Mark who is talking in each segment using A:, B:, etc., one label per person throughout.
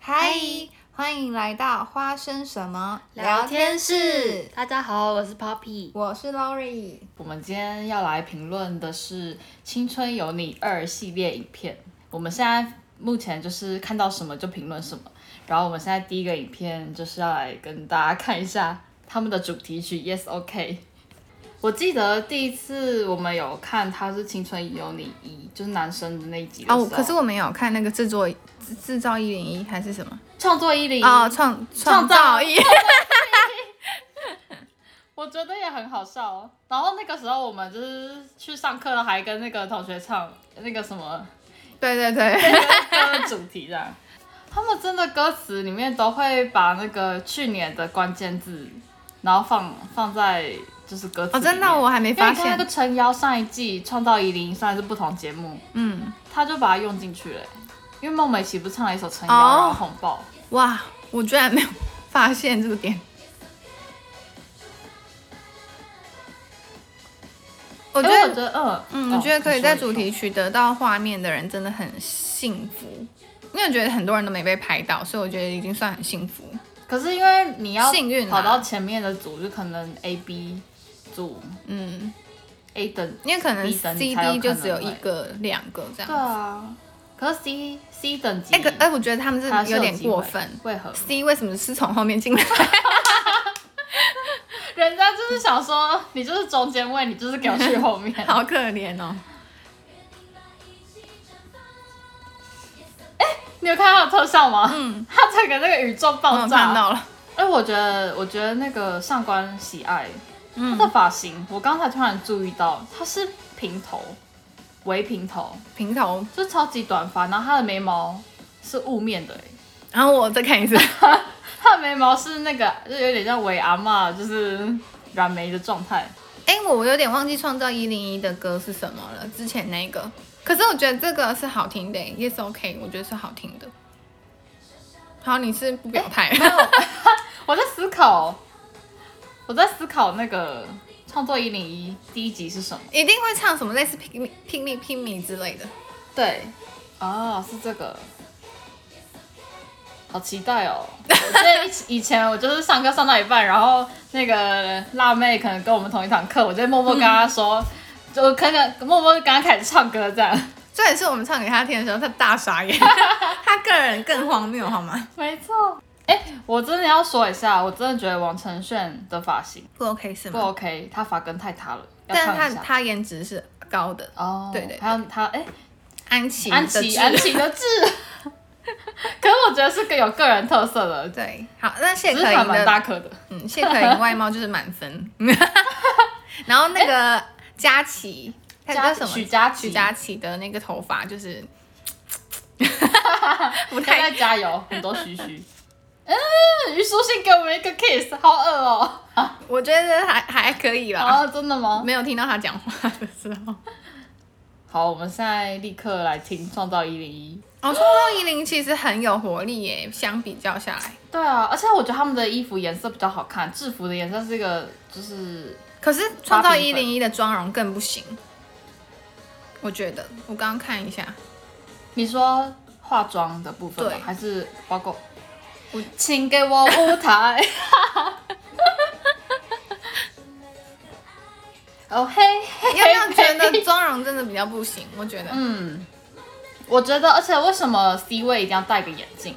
A: 嗨，欢迎来到花生什么室，
B: 大家好，我是 Poppy。
A: 我是 Lori。
C: 我们今天要来评论的是《青春有你二》系列影片。我们现在目前就是看到什么就评论什么。然后我们现在第一个影片就是要来跟大家看一下他们的主题曲《Yes OK》。我记得第一次我们有看它是《青春有你一》，就是男生的那一集的时候。
A: 哦，可是我没有看那个制作制制造一零一还是什么
C: 创作一零
A: 哦，创
C: 创
A: 创造一，
C: 我觉得也很好笑、哦。然后那个时候我们就是去上课了，还跟那个同学唱那个什么
A: 对对对，
C: 歌的主题这样。他们真的歌词里面都会把那个去年的关键字，然后放放在就是歌词
A: 哦，
C: 里面。
A: 真的我还没
C: 因为
A: 发
C: 你看那个
A: 现，
C: 陈瑶上一季《创造一零》算是不同节目，
A: 嗯，
C: 他就把它用进去了欸。因为孟美岐不是唱了一首陈瑶，
A: 哦
C: 然后红爆。
A: 哇，我居然没有发现这个点。我
C: 我
A: 觉得
C: 我觉得，嗯
A: 嗯，
C: 哦
A: 我觉得可以
C: 你说
A: 在
C: 你
A: 主
C: 说
A: 题曲得到画面的人真的很幸福，因为我觉得很多人都没被拍到，所以我觉得已经算很幸福。
C: 可是因为你要
A: 幸运啊
C: 跑到前面的组，就可能 A、B 组
A: 嗯，
C: A 等，
A: 因为可能
C: B 等级才有
A: CD 就只有
C: 可能
A: 一
C: 会
A: 个、两个这
C: 对
A: 样。
C: 啊。可是 C C 等级，
A: 哎、可哎、我觉得他们
C: 还
A: 是
C: 是
A: 有点
C: 机啊会
A: 过分。
C: 为何？
A: C 为什么是从后面进来？
C: 人家就是想说，你就是中间位，你就是给我去后面。
A: 好可怜哦。
C: 你有看到特效吗？
A: 嗯，
C: 他整个那个宇宙
A: 我
C: 爆
A: 嗯看
C: 炸。
A: 到了，
C: 哎，我觉得，我觉得那个上官喜爱，他
A: 嗯，
C: 的发型，我刚才突然注意到，他是平头，微平头，
A: 平头。
C: 就超级短发，然后他的眉毛是雾面 的、欸，
A: 然后我再看一 次，
C: 他的眉毛是那个，就有点像尾阿嘛，就是染眉的状态。
A: 哎、我有点忘记创造一零一的歌是什么了，之前那个。可是我觉得这个是好听的，Yes OK，我觉得是好听的。好，你是不表态？
C: 哎没有，我在思考，我在思考那个《创作一零一》第一集是什么？
A: 一定会唱什么类似拼命拼命拼命之类的。
C: 对，啊，是这个。好期待哦！我记得以以前我就是上课上到一半，然后那个辣妹可能跟我们同一堂课，我就默默跟 她说，就我可能默默就跟她开始唱歌这样。
A: 这也是我们唱给他听的时候，他大傻眼， 他个人更荒谬，好吗？
C: 没错。哎、我真的要说一下，我真的觉得王承炫的发型
A: 不 OK 是
C: 不
A: 吗？
C: OK，他发根太塌了，要
A: 但是
C: 烫一
A: 他
C: 下。
A: 他颜值是高的，
C: 哦，
A: 对对对
C: 还有他哎、
A: 安琪
C: 安
A: 的
C: 琪
A: 痣
C: 安琪的痣， 可是我觉得是个有个人特色的，
A: 对，好，那谢
C: 只是
A: 可
C: 还
A: 寅
C: 蛮大
A: 的，
C: 颗的。
A: 嗯，谢可寅外貌就是满分。 然后那个佳琪，他叫
C: 佳
A: 什么？
C: 许佳琪
A: 许佳琪的那个头发 就是
C: 不太在加油，很多须须。 嗯，虞书欣给我们一个 kiss，好恶哦、
A: 我觉得还还可以啦，
C: 啊，真的吗？
A: 没有听到他讲话的时候。
C: 好，我们现在立刻来听《创造一零一》。
A: 哦，冲到一零其实很有活力耶，相比较下来。
C: 对啊，而且我觉得他们的衣服颜色比较好看，制服的颜色是一个就是
A: 可是创造
C: 八
A: 一
C: 比分
A: 零一的妆容更不行，我觉得。我刚刚看一下，
C: 你说化妆的部分吗
A: 对
C: 还是包括
A: 我？
C: 请给我舞台。 哦嘿嘿，
A: 因为我觉得妆容真的比较不行，我觉得。
C: 嗯，我觉得，而且为什么 C 位一定要戴个眼镜？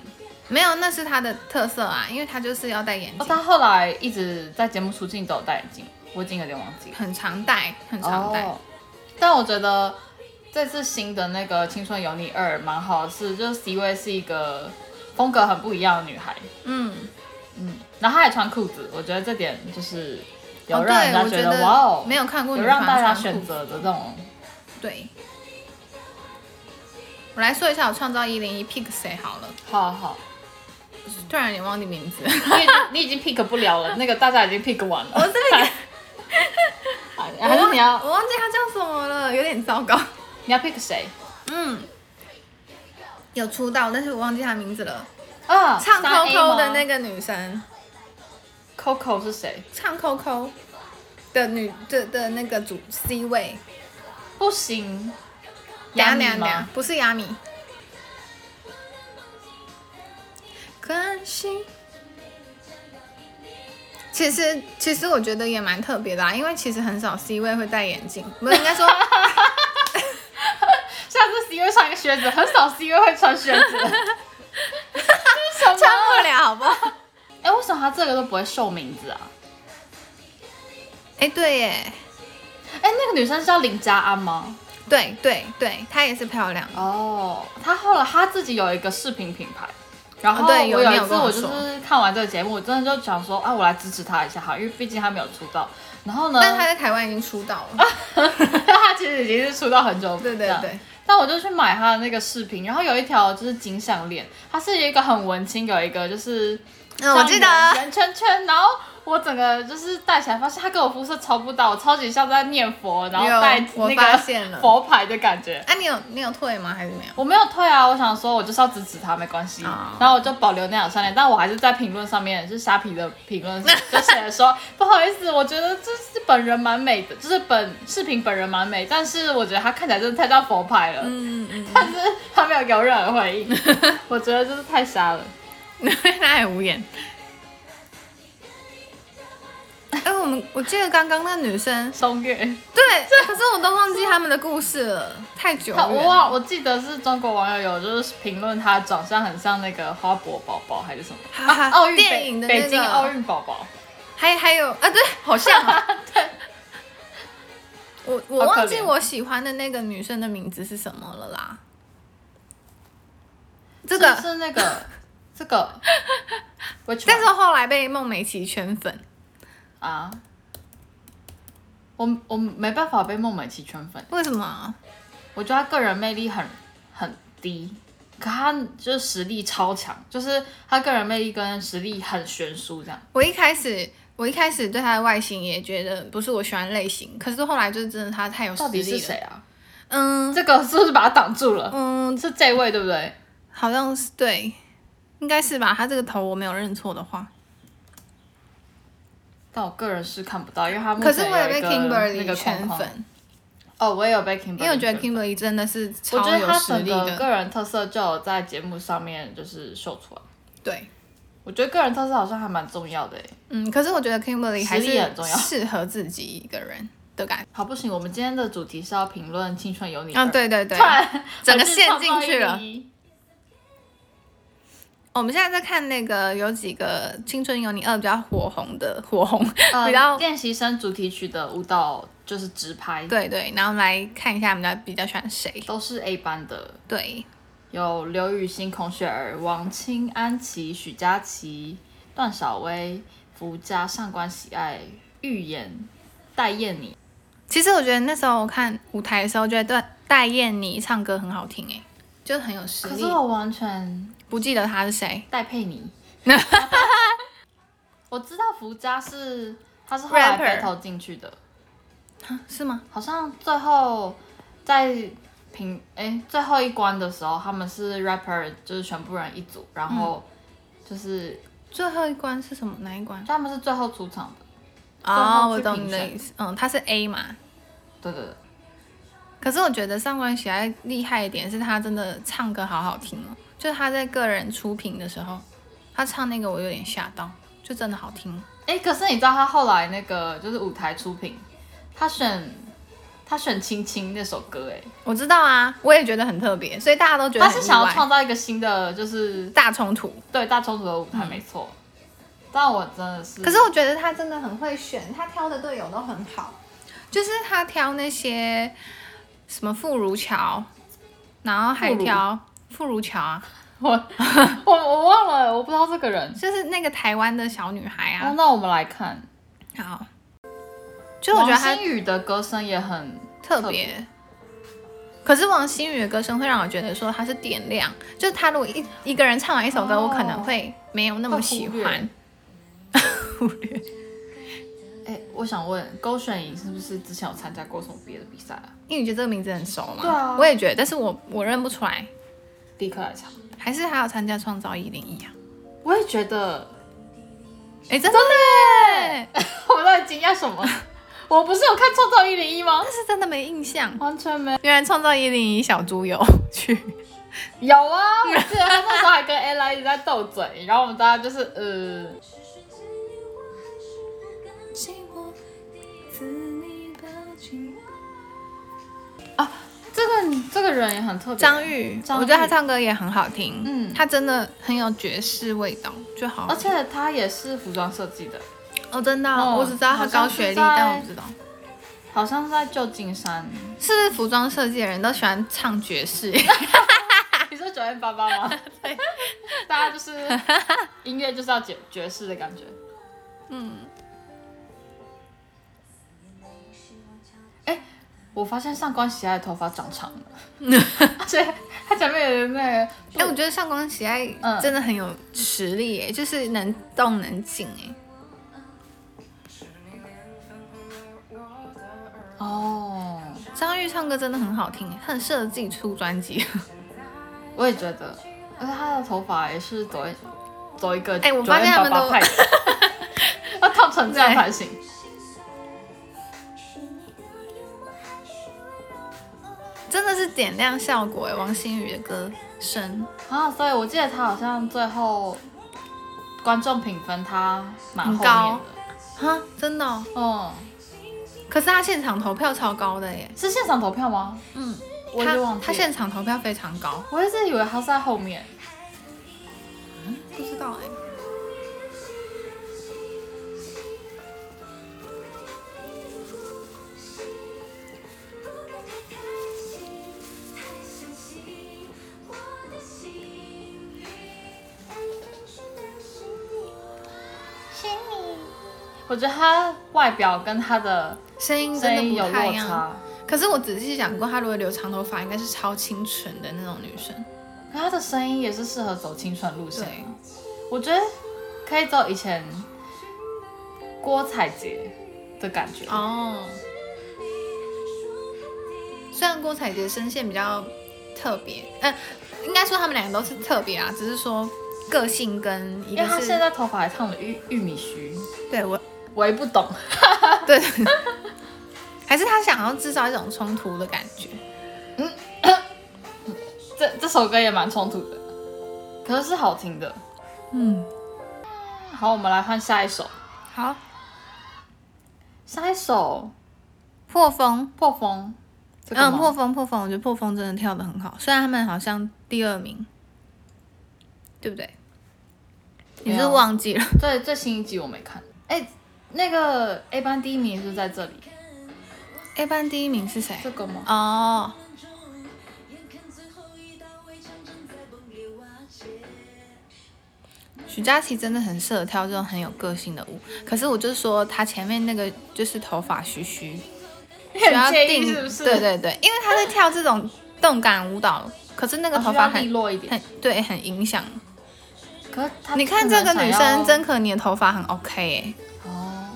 A: 没有，那是他的特色啊，因为他就是要戴眼
C: 哦，
A: 镜，
C: 他后来一直在节目出镜都有戴眼镜，我已经有点忘记了。
A: 很常戴，很常戴。
C: 哦。但我觉得这次新的那个《青春有你二》蛮好的是，就是 C 位是一个风格很不一样的女孩，
A: 嗯，
C: 然后她还穿裤子，我觉得这点就是有
A: 哦
C: 让人
A: 对，
C: 家
A: 我
C: 觉
A: 觉
C: 得,、哇哦，
A: 没有看过
C: 有
A: 女
C: 让大
A: 团
C: 家
A: 穿
C: 选
A: 裤子。
C: 择的这种。
A: 对。我来说一下我创造一零一 pick 谁好了，
C: 好好，
A: 突然有点忘记名字。
C: 因为你已经 pick 不了了，那个大家已经 pick 完了。
A: 我这个
C: 还 还是你要
A: 我忘记他叫什么了，有点糟糕。
C: 你要 pick 谁
A: 嗯，有出道，但是我忘记她名字了。
C: 啊？
A: 唱 Coco 的那个
C: 个
A: 女生，
C: Coco 是谁？
A: 唱 Coco 的女的的那个主 C 位，
C: 不行，
A: 等下
C: 亚米
A: 等下等下
C: 吗？，
A: 不是亚米。可惜。其实，其实我觉得也蛮特别的、啊，因为其实很少 C 位会戴眼镜，不是应 该说
C: 下次 C 位穿个靴子，很少 C 位会穿靴 子。这是什
A: 穿
C: 么？
A: 不了，好不好？
C: 哎、为什么他这个都不会秀名字啊？
A: 哎、对耶，
C: 哎、那个女生是叫林佳安吗？
A: 对对对，她也是漂亮的。
C: 哦，她后来她自己有一个饰品品牌，然后
A: 哦
C: 我
A: 对有
C: 有
A: 你
C: 一
A: 有
C: 次
A: 跟我
C: 我就是看完这个节目，我真的就想说啊，我来支持她一下哈，因为毕竟她没有出道。然后呢，
A: 但她在台湾已经出道了。
C: 她其实已经是出道很久，
A: 对对
C: 这样
A: 对，
C: 但我就去买它的那个饰品，然后有一条就是金项链，它是一个很文青，有一个就是
A: 嗯，我记得。
C: 像圆圆圈圈，然后我整个就是戴起来，发现它跟我肤色超不搭，我超级像在念佛，然后
A: 有
C: 戴
A: 我
C: 那
A: 发
C: 个
A: 现了
C: 佛牌的感觉。
A: 啊，你有你有退吗？还是没有？
C: 我没有退啊，我想说我就是要支持他，没关系。
A: 哦
C: 然后我就保留那两项链，但我还是在评论上面，就是虾皮的评论就写了说，不好意思，我觉得这是本人蛮美的，就是本视频本人蛮美，但是我觉得他看起来真的太像佛牌了，
A: 嗯嗯，
C: 但是他没有给我任何回应，我觉得就是太瞎了。
A: 那也无言。哎、我们我记得刚刚那女 生，
C: 松月，
A: 对，可是我都忘记他们的故事了，太久
C: 他我
A: 远了，
C: 忘，我记得是中国网友有就是评论他长相很像那个花博宝宝还是什么。
A: 哈哈
C: 啊奥运北
A: 啊电影的
C: 北
A: 那
C: 京奥
A: 个，
C: 运宝宝，
A: 还还有啊，对，好像、 啊， 我我
C: 好可
A: 忘记
C: 怜
A: 我喜欢的那个女生的名字是什么了啦。这
C: 是
A: 个，
C: 是那个这个，Which
A: 但
C: one？
A: 是后来被孟美岐圈粉，
C: 啊，我我没办法被孟美岐圈粉，
A: 为什么啊？
C: 我觉得她个人魅力很很低，可她就是实力超强，就是她个人魅力跟实力很悬殊这样。
A: 我一开始我一开始对他的外形也觉得不是我喜欢类型，可是后来就真的他太有实
C: 到底
A: 力
C: 是
A: 了。
C: 谁啊？
A: 嗯
C: 这个是不是把她挡住了？
A: 嗯，
C: 是这位对不对？
A: 好像是对，应该是吧？他这个头我没有认错的话，
C: 但我个人是看不到，因为他目
A: 可是
C: 前
A: 我也
C: 有一
A: 被
C: 个那
A: Kimberly
C: 个框
A: 圈
C: 框
A: 粉，
C: 哦，我也有被 Kimberly，
A: 因为我觉得
C: 圈粉
A: Kimberly 真的是超
C: 我觉得
A: 有
C: 她
A: 实
C: 整
A: 力
C: 个
A: 的。
C: 个人特色就有在节目上面就是秀出来。
A: 对，
C: 我觉得个人特色好像还蛮重要的欸诶。
A: 嗯，可是我觉得 Kimberly 还
C: 实
A: 是
C: 力很重要
A: 适合自己一个人的感觉。
C: 好，不行，我们今天的主题是要评论《青春有你》
A: 啊，，对对对
C: 突，然
A: 整个陷进去了
C: 我自创造一零一
A: 我们现在在看那个有几个《青春有你二》比较火红的火红，
C: 呃
A: 比较
C: 练习生主题曲的舞蹈就是直拍，，
A: 对对，然后我们来看一下我们家比较喜欢谁。
C: 都是 A 班的，
A: 对，
C: 有刘雨昕、孔雪儿、王清、安琪、许佳琪、段小薇、福佳、上官喜爱、预言、戴燕妮。
A: 其实我觉得那时候我看舞台的时候，觉得戴戴燕妮唱歌很好听哎、就很有实
C: 可
A: 力
C: 是。我完全
A: 不记得她是谁，
C: 戴佩妮， 我知道福佳是她是后来
A: Rapper
C: battle 进去的。
A: 啊是吗？
C: 好像最后在评哎、最后一关的时候，他们是 rapper，就是全部人一组，然后就是、
A: 最后一关是什么？哪一关
C: 就？他们是最后出场的。
A: 哦，
C: 最后
A: 我
C: 去
A: 懂你
C: 评
A: 的
C: 选
A: 意思。嗯，她是 A 嘛。
C: 对对对，
A: 可是我觉得上官喜爱厉害一点是她真的唱歌好好听哦，就是她在个人出品的时候，她唱那个我有点吓到，就真的好听。
C: 哎、可是你知道他后来那个就是舞台出品，他选他选《青青》那首歌、诶
A: 我知道啊，我也觉得很特别，所以大家都觉得
C: 他
A: 很
C: 是
A: 意
C: 想要
A: 外
C: 创造一个新的就是
A: 大冲突。
C: 对大冲突的舞台，没错。但我真的嗯是，
A: 可是我觉得他真的很会选，他挑的队友都很好，就是他挑那些什么傅如乔，然后还
C: 傅如
A: 挑傅如乔啊，
C: 我我我忘了，我不知道这个人。
A: 就是那个台湾的小女孩
C: 哦
A: 啊，，
C: 那我们来看，
A: 好，就我觉得
C: 嗯王
A: 她
C: 心宇的歌声也很
A: 特别。可是王心宇的歌声会让我觉得说她是点亮，就是她如果一一个人唱完一首歌，
C: 哦
A: 我可能会没有那么
C: 会忽
A: 喜
C: 略
A: 欢。
C: 哎、我想问，勾选营是不是之前有参加过什么别的比赛啊？
A: 因为你觉得这个名字很熟嘛？
C: 对啊
A: 我也觉得，但是我我认不出来，
C: 立刻来查。
A: 还是她有参加《创造一零一》啊？
C: 我也觉得，
A: 哎、真的耶！
C: 我到底惊讶什么？我不是有看《创造一零一》吗？
A: 但是真的没印象。
C: 完全没
A: 原来创造一零一小猪有去，
C: 有啊！我记得他那时候还跟 Ella 一直在斗嘴，然后我们大家就是呃，这个这个人也很特别。
A: 张宇，
C: 张
A: 我
C: 宇
A: 觉得他唱歌也很好听，
C: 嗯
A: 他真的很有爵士味道，就好
C: 而。且他也是服装设计的，
A: 哦，真的啊、
C: 哦
A: 我只知道他高学历，
C: 好像是在
A: 但我不知道
C: 好像是在旧金山。
A: 是不是服装设计的人都喜欢唱爵 士。
C: 你说九零八八 吗？对， 大家就是音乐就是要爵爵士的感觉。
A: 嗯，
C: 哎我发现上官喜爱的头发长长了， 而且他前面有那个
A: 哎、我觉得上官喜爱
C: 嗯
A: 真的很有实力耶，就是能动能静哎。
C: 哦，
A: 张玉唱歌真的很好听耶，她很适合自己出专辑。
C: 我也觉得，而且他的头发也是走一走一个
A: 哎我发现他们都
C: 九零八八派 的，要烫成这样才行。
A: 真的是点亮效果哎，王心宇的歌声，
C: 啊，所以我记得他好像最后观众评分他蛮后
A: 很
C: 面
A: 高
C: 的，
A: 哈，真的哦、
C: 嗯，
A: 可是他现场投票超高的耶，
C: 是现场投票吗？
A: 嗯，
C: 我已经
A: 他
C: 忘记
A: 他现场投票非常高，
C: 我一直以为他是在后面，
A: 不知道哎。
C: 我觉得他外表跟他的
A: 声音
C: 声
A: 真
C: 音
A: 的
C: 有
A: 不太
C: 落
A: 一样，
C: 差，
A: 可是我仔细想过，她如果留长头发，应该是超清纯的那种女生。
C: 可他的声音也是适合走清纯路线
A: 对。
C: 我觉得可以走以前郭采洁的感觉，
A: 哦。虽然郭采洁声线比较特别，嗯、应该说他们两个都是特别啊，只是说个性跟一
C: 因为
A: 个
C: 他
A: 是
C: 现在头发还烫了玉玉米须，
A: 对我
C: 我也不懂。
A: 对， 还是他想要制造一种冲突的感觉。
C: 这这首歌也蛮冲突的，可是是好听的。
A: 嗯，
C: 好，我们来换下一首，
A: 好，
C: 下一首
A: 破风，
C: 《破风》这个吗。
A: 嗯，破风，破风，我觉得破风真的跳的很好，虽然他们好像第二名，对不对？你是不是
C: 没有
A: 忘记 了？
C: 对，最新一集我没看。哎，那个 A 班第一名是在这里，哎
A: A 班第一名是谁？
C: 这个吗？
A: 哦，许佳琪真的很适合跳这种很有个性的舞，可是我就说她前面那个就是头发须须，
C: 你
A: 需要
C: 很介
A: 定
C: 意是不是？
A: 对，对对，因为她在跳这种动感舞蹈，可是那个头发
C: 利
A: 很、
C: 落一点。
A: 很对，很影响。
C: 可是他
A: 你看这个女生真可怜，头发很 OK 哎、
C: 哦。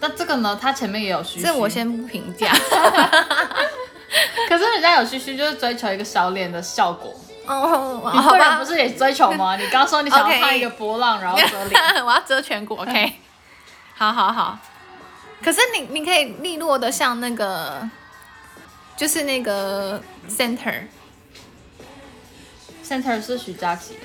C: 那这个呢？他前面也有须须，
A: 这我。先不评 价。
C: 可是人家有须须就是追求一个小脸的效果。
A: 哦，
C: 你
A: 好
C: 个人
A: 吧
C: 不，是也追求吗？你刚说你想
A: OK
C: 要烫一个波浪，然后遮脸。
A: 我要遮颧骨，OK。好好好，可是你你可以利落的像那个，就是那个 center
C: Center 是徐佳琪。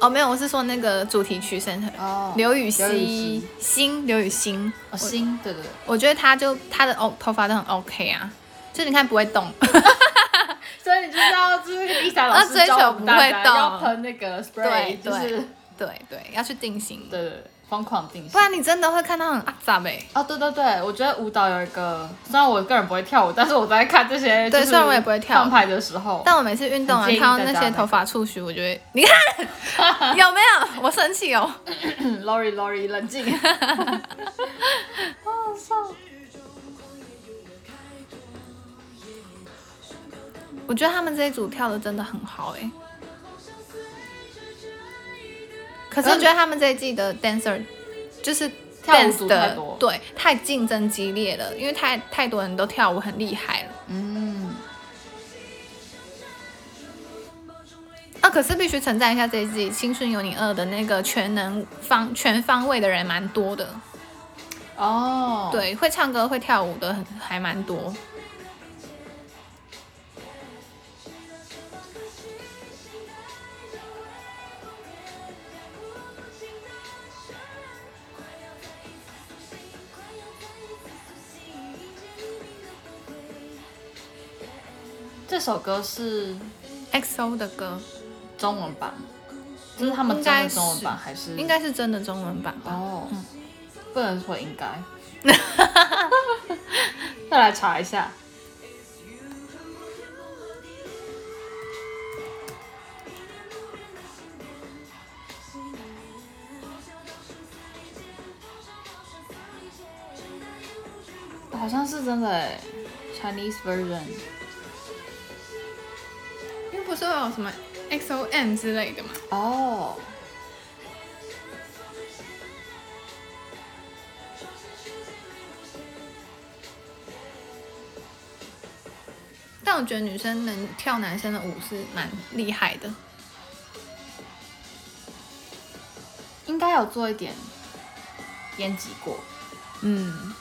A: 哦，没有，我是说那个主题曲 center，、
C: 哦
A: 刘禹
C: 刘禹
A: 锡
C: 锡
A: 星，刘禹锡，
C: 哦，心，对对对。
A: 我觉得他就他的哦头发都很 OK 啊，就你看不会 动，
C: 所以你就知道，就是丽莎老
A: 啊
C: 师
A: 追求
C: 教我们大
A: 不
C: 家
A: 会动
C: 要喷那个
A: 对
C: spray，就是
A: 对对对，要去定型，
C: 对对对，疯狂定
A: 不
C: 型。
A: 然你真的会看到很阿杂呗。
C: 哦，对对对，我觉得舞蹈有一个，虽然我个人不会跳舞，但是我在看这些，
A: 对
C: 就是
A: 虽然我也不会跳舞
C: 放牌的时候，
A: 但我每次运动完
C: 很
A: 看
C: 建议
A: 到
C: 大家
A: 那些头发触须，我就会，你 看有没有？我生气哦。
C: Lori Lori 嗯冷静。 好笑
A: 我觉得他们这一组跳的真的很好哎、可是我觉得他们这一季的 dancer 就是
C: 跳舞
A: dance
C: 组
A: 的
C: 太多
A: 对太竞争激烈了，因为太太多人都跳舞很厉害了
C: 嗯，
A: 啊。可是必须称赞一下这一季《青春有你二》的那个全能方全方位的人蛮多的，
C: 哦，
A: 对，会唱歌会跳舞的很还蛮多。
C: 这首歌是
A: XO 的歌
C: 中文版，就是他们
A: 应
C: 真
A: 该
C: 的中文版
A: 是
C: 还是
A: 应该是真的中文版吧？
C: 哦，不能说应 该，再来查一下。好像是真的诶 Chinese version，
A: 因为不是有什么 XOM 之类的嘛？
C: 哦，
A: 但我觉得女生能跳男生的舞是蛮厉害的。
C: 应该有做一点编辑过，
A: 嗯，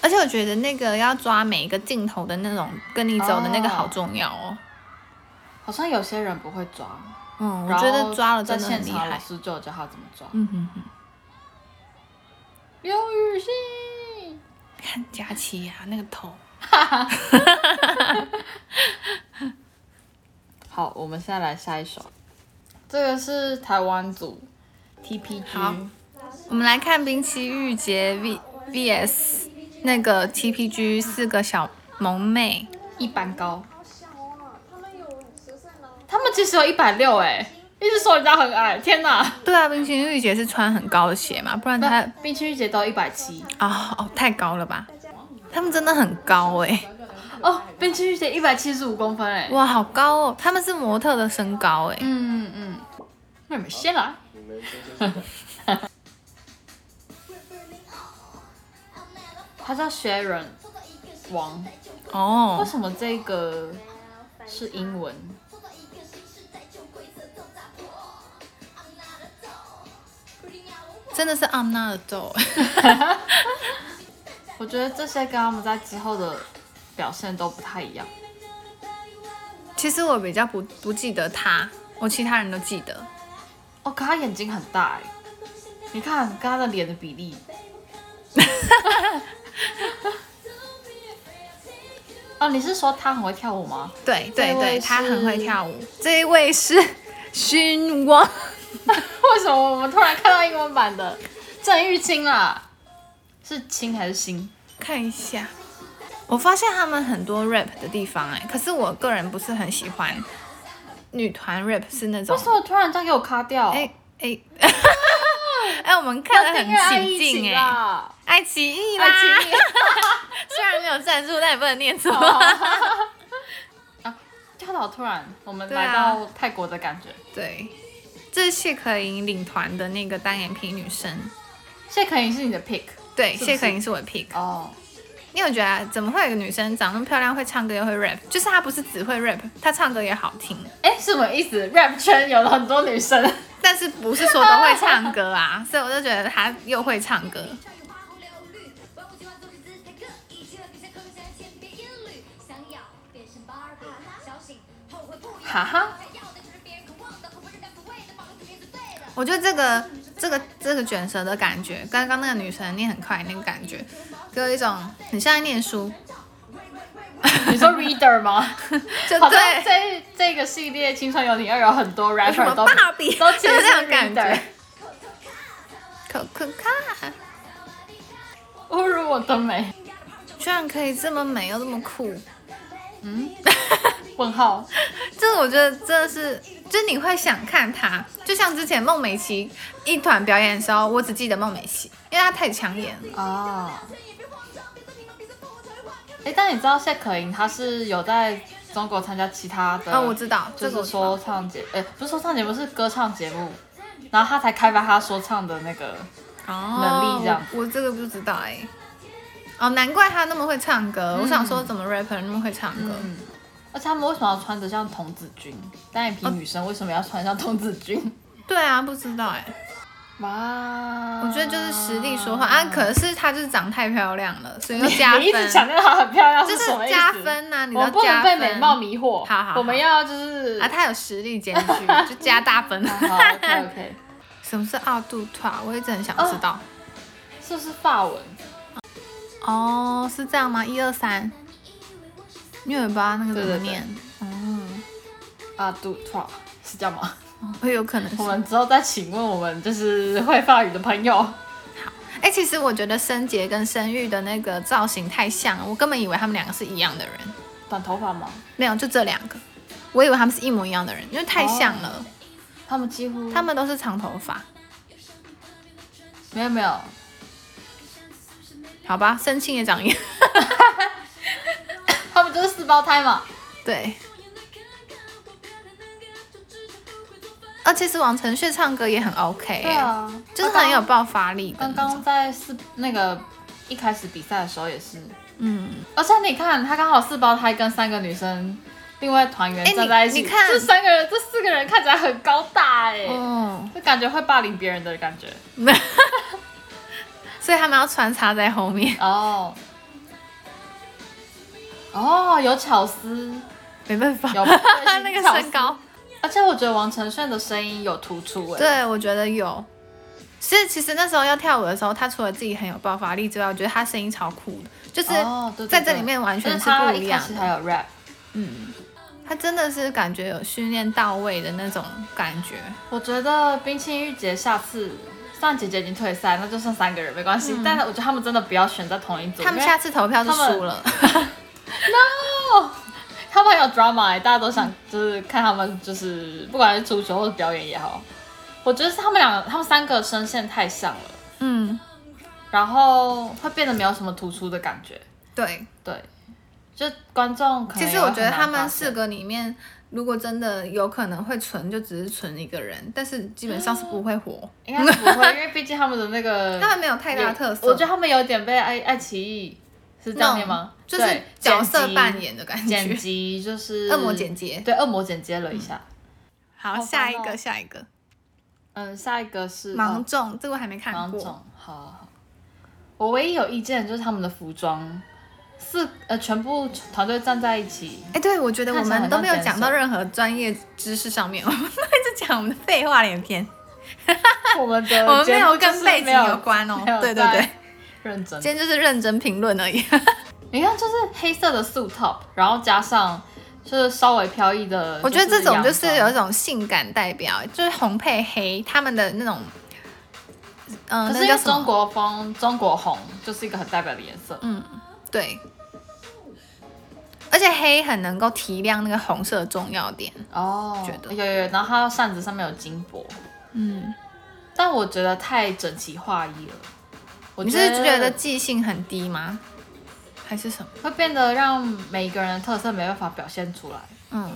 A: 而且我觉得那个要抓每一个镜头的那种跟你走的那个好重要哦。
C: 好像有些人不会抓，
A: 嗯，我
C: 然后
A: 觉得抓了真的
C: 在
A: 很
C: 现
A: 厉
C: 场老
A: 害。
C: 师就有教他怎么抓。
A: 嗯哼哼，
C: 刘雨欣，
A: 看佳琪呀、那个头，
C: 好，我们现在来下一首，这个是台湾组 TPG，
A: 好我们来看冰期玉洁 V V S 那个 T P G 四个小萌妹，
C: 一般高，
B: 好小哦，他们有十岁吗？
C: 他们其实有一百六哎，一直说人家很矮，天哪！
A: 对啊，冰期玉洁是穿很高的鞋嘛，不然她
C: 那冰清玉姐都一百七
A: 哦哦太高了吧？他们真的很高哎、
C: 哦，冰清玉姐一百七十五公分哎，
A: 哇，好高哦！他们是模特的身高哎、
C: 嗯嗯，妹妹先来，他叫 Sharon 王，为
A: 哦，
C: 什么这个是英文？
A: 真的是 I'm not a doll，
C: 我觉得这些跟他们在之后的表现都不太一样。
A: 其实我比较不不记得他，我其他人都记得。
C: 哦，可他眼睛很大哎，你看跟他的脸的比例。 哦，你是说他很会跳舞吗？
A: 对对
C: 这位
A: 对，
C: 是
A: 他很会跳舞。这一位是 勋王，
C: 为什么我们突然看到英文版的郑玉清啊？是清还是新？
A: 看一下。我发现他们很多 rap 的地方哎、可是我个人不是很喜欢女团 rap 是那种
C: 为什么突然这样给我卡掉？
A: 哎哎 哎，我们看得
C: 要订阅爱
A: 很哎起
C: 一起
A: 劲哎、
C: 啦，
A: 爱奇艺啦，
C: 爱奇 艺。哦
A: 虽然没有赞助，但也不能念错。
C: 啊，跳到突然，我们
A: 对啊
C: 来到泰国的感觉。
A: 对，这是谢可寅领团的那个单眼皮女生。
C: 谢可寅是你的 pick
A: 对，
C: 是不是
A: 谢可寅是我的 pick。
C: 哦，
A: 你有觉得怎么会有一个女生长那么漂亮，会唱歌又会 rap？就是她不是只会 rap，她唱歌也好听，
C: 哎，什么意思？rap 圈有很多 女生，
A: 但是不是说都会唱歌 啊？所以我就觉得她又会唱歌。
C: 哈哈，
A: 我觉得这个这个这个卷舌的感觉，刚刚那个女生念很快那个感觉，给我一种很像在念书，
C: 你说 reader 吗？
A: 就
C: 好像
A: 对。
C: 这这个系列《青春有你二》有很多
A: 有什
C: rapper
A: 么
C: 都
A: 芭比，
C: 都
A: 就
C: 其
A: 是
C: 实
A: 那
C: 是
A: 种感
C: reader
A: 觉。可可卡，
C: 侮辱我的美。
A: 居然可以这么美又这么酷，
C: 嗯问号，
A: 这我觉得真的是，就是你会想看她，就像之前孟美岐一团表演的时候，我只记得孟美岐，因为她太抢眼了。
C: 啊。哎，但你知道谢可寅她是有在中国参加其他的，
A: 哦，我知道，
C: 就
A: 这个
C: 是
A: 我知道
C: 说唱节，哎，不是说唱节目，是歌唱节目，然后她才开发她说唱的那个，
A: 哦
C: 能力这样
A: 我，我这个不知道哎、哦，难怪她那么会唱歌。我想说，怎么 rapper 那么会唱歌？
C: 嗯，而且他们为什么要穿着像童子军？单眼皮女生为什么要穿像童子军？
A: 对啊，不知道哎、
C: 哇，
A: 我觉得就是实力说话啊，可是她就是长太漂亮了，所以就加
C: 你一直强
A: 分，
C: 调她很漂亮
A: 就是
C: 什么
A: 是
C: 意思？
A: 加分啊呐、你
C: 我
A: 要
C: 们不能
A: 加
C: 被美
A: 分
C: 貌迷惑。
A: 好好好
C: 我们要就是
A: 啊，她有实力兼具，就加大分。
C: 好哦 OK OK，
A: 什么是奥杜塔？我一直很想知道。
C: 是不是法文？
A: 哦是这样吗？一二三，因为我也不知道那个怎么
C: 对对对
A: 念，
C: 啊杜 t 是这样吗？
A: 会有可能是
C: 我。们之后再请问我们就是会法语的朋友。
A: 哎、其实我觉得生杰跟生育的那个造型太像了，我根本以为他们两个是一样的人，
C: 短头发吗？
A: 没有，就这两个，我以为他们是一模一样的人，因为太像了，
C: 他们几乎
A: 他们都是长头发，
C: 没有没有，
A: 好吧，生庆也长 一样，
C: 他们就是四胞胎嘛。
A: 对。而哦其实王承旭唱歌也很 OK，、
C: 对啊，
A: 哎就是很有
C: 他
A: 爆发力的
C: 刚。
A: 那
C: 刚
A: 种
C: 刚在四那个一开始比赛的时候也是，
A: 嗯，
C: 而且你看他刚好四胞胎跟三个女生。另外团员
A: 哎你
C: 站在一起，
A: 你看
C: 这三个人，这四个人看起来很高大哎、
A: 哦，
C: 就感觉会霸凌别人的感觉。
A: 所以他们要穿插在后 面，
C: 哦，哦，有巧思，
A: 没办法，
C: 有
A: 那个身高。
C: 而且我觉得王承炫的声音有突出哎、
A: 对，我觉得有。是，其实那时候要跳舞的时候，他除了自己很有爆发力之外，我觉得他声音超酷的，就是
C: 哦，对对
A: 在这
C: 对
A: 里面完全
C: 但
A: 是
C: 他
A: 不一
C: 一开
A: 样
C: 始还
A: 的。
C: 有 rap，
A: 他真的是感觉有训练到位的那种感觉。
C: 我觉得冰清玉洁下次。上姐姐已经退赛，那就剩三个人没关系。但是我觉得他们真的不要选在同一组，
A: 嗯他们
C: 因为
A: 下次投票就
C: 他们
A: 输了，
C: 他们很有 drama，、欸、大家都
A: 嗯
C: 想就是看他们就是不管是足球或者表演也好，我觉得是他们两个他们三个声线太像了，
A: 嗯，
C: 然后会变得没有什么突出的感觉。
A: 对。
C: 对，就观众可能
A: 其实
C: 也会
A: 我觉得
C: 很难
A: 他们
C: 发
A: 四
C: 现
A: 个里面，如果真的有可能会存，就只是存一个人，但是基本上
C: 嗯
A: 是不会活。
C: 应该是不会，因为毕竟他们的那 个
A: 他们没有太大特色，
C: 我觉得他们有点被爱爱奇艺是这样念吗？
A: 就是
C: 对
A: 角色
C: 剪辑
A: 扮演的感
C: 剪
A: 觉。
C: 辑就 是
A: 恶魔剪接
C: 对，恶魔剪接了一下。
A: 好，
C: 好
A: 下
C: 烦
A: 一
C: 哦
A: 个，下一个。
C: 嗯，下一个是
A: 芒
C: 盲
A: 种，这个我还没看
C: 盲
A: 过。
C: 种，好好好。我唯一有意见的就是他们的服装，四呃全部团队站在 一起，
A: 哎、对，我觉得我
C: 看起来
A: 们
C: 很
A: 都
C: 像
A: 没有
C: dancer
A: 讲到任何专业知识上面，我 们都一直讲我们的废话连篇，
C: 我们的
A: 我们
C: 节
A: 没
C: 目
A: 有
C: 就
A: 跟
C: 是
A: 背景
C: 没有
A: 有关哦
C: 没。有
A: 对对
C: 在
A: 对，
C: 认真
A: 今天就是认真评论而已。
C: 你看，就是黑色的素 top，然后加上就是稍微飘逸的。
A: 我觉得这种就是有一
C: 洋装，
A: 种性感代表，就是红配黑，他们的那种，嗯、
C: 可是
A: 那
C: 因
A: 叫
C: 为
A: 什么
C: 中国风、中国红就是一个很代表的颜色。嗯，
A: 对。而且黑很能够提亮那个红色的重要点，
C: 哦，
A: 觉得
C: 有有，有然后它扇子上面有金箔，
A: 嗯，
C: 但我觉得太整齐划一了。我
A: 你是觉得记性很低吗？还是什么？
C: 会变得让每一个人的特色没办法表现出来。
A: 嗯，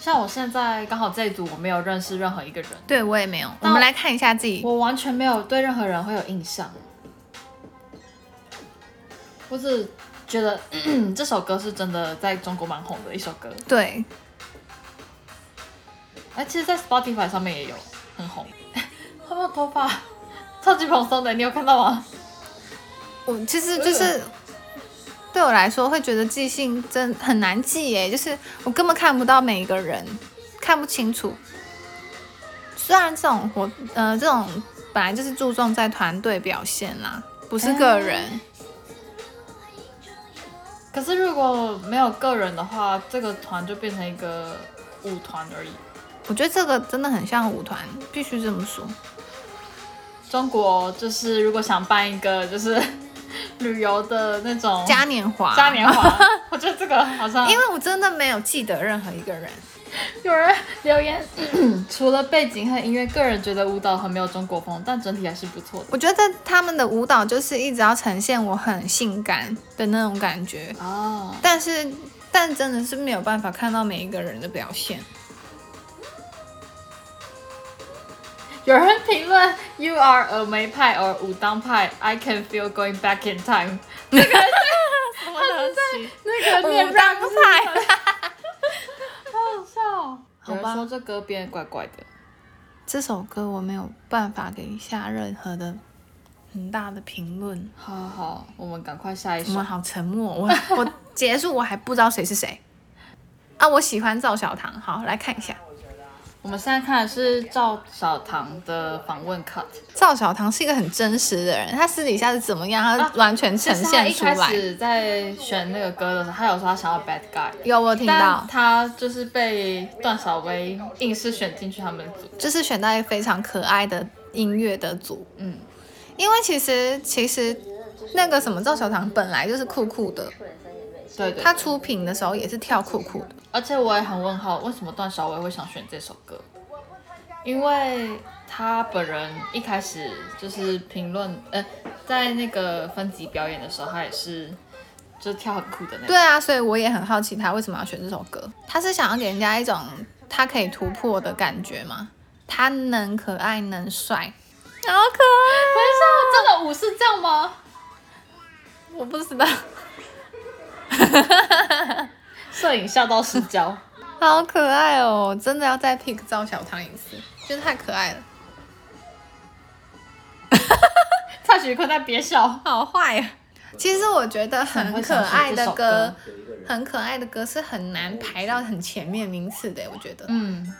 C: 像我现在刚好这一组我没有认识任何一个人，
A: 对我也没有。我
C: 那
A: 们来看一下自己
C: 我完全没有对任何人会有印象，我只觉得 这首歌是真的在中国蛮红的一首歌，
A: 对，
C: 哎，其实，在 Spotify 上面也有很红。 他们的头发超级蓬松的，你有看到吗？
A: 我其实就是对我来说，会觉得记性真很难记耶，就是我根本看不到每一个人，看不清楚。虽然这种活，呃，这种本来就是注重在团队表现啦，不是个人。
C: 可是如果没有个人的话，这个团就变成一个舞团而已。
A: 我觉得这个真的很像舞团，必须这么说。
C: 中国就是如果想办一个就是 旅游的那种
A: 嘉年华，
C: 嘉 年华，我觉得这个好像
A: 因为我真的没有记得任何一个人。
C: 有人留言， 除了背景和音乐，个人觉得舞蹈很没有中国风，但整体还是不错的。
A: 我觉得他们的舞蹈就是一直要呈现我很性感的那种感觉，
C: 哦，
A: 但是但真的是没有办法看到每一个人的表现。
C: 有人评论 “You are a 梅派 or 武当派，I can feel going back in time”。
A: 什么东西？哦
C: 那个念
A: 武当派
C: 好好笑哦、
A: 好
C: 有人说
A: 吧，
C: 这歌变得怪怪的，
A: 这首歌我没有办法给下任何的很大的评论。
C: 好好好，我们赶快下一
A: 我
C: 首
A: 们。好沉默，我 我结束我还不知道谁是谁啊！我喜欢赵小棠，好来看一下，
C: 我们现在看的是赵小棠的访问 cut，
A: 赵小棠是一个很真实的人，她私底下是怎么样，她
C: 啊
A: 完全呈
C: 就是他
A: 现
C: 一
A: 出
C: 开
A: 来。
C: 始在选那个歌的时候，他有说他想要 bad guy，
A: 有我有听到
C: 但，他就是被段小薇硬是选进去他们组。
A: 就是选到一个非常可爱的音乐的组，
C: 嗯，
A: 因为其实其实那个什么赵小棠本来就是酷酷的，
C: 对对。
A: 她出品的时候也是跳酷酷的，
C: 而且我也很问号，为什么段小薇会想选这首歌？因为他本人一开始就是评论，呃，在那个分级表演的时候，他也是就跳很酷的那种。
A: 对啊，所以我也很好奇她为什么要选这首歌，她是想要给人家一种她可以突破的感觉吗？她能可爱能帅，好可爱，
C: 等一下，这个舞是这样吗？
A: 我不知道，
C: 摄影笑到失焦。
A: 好可爱哦，真的要再 pick 赵小棠一次，真的太可爱了，
C: 蔡徐坤在憋笑。
A: 好坏呀、其实我觉得很可爱的歌。很可爱的歌是很难排到很前面名次的，我觉得。
C: 嗯，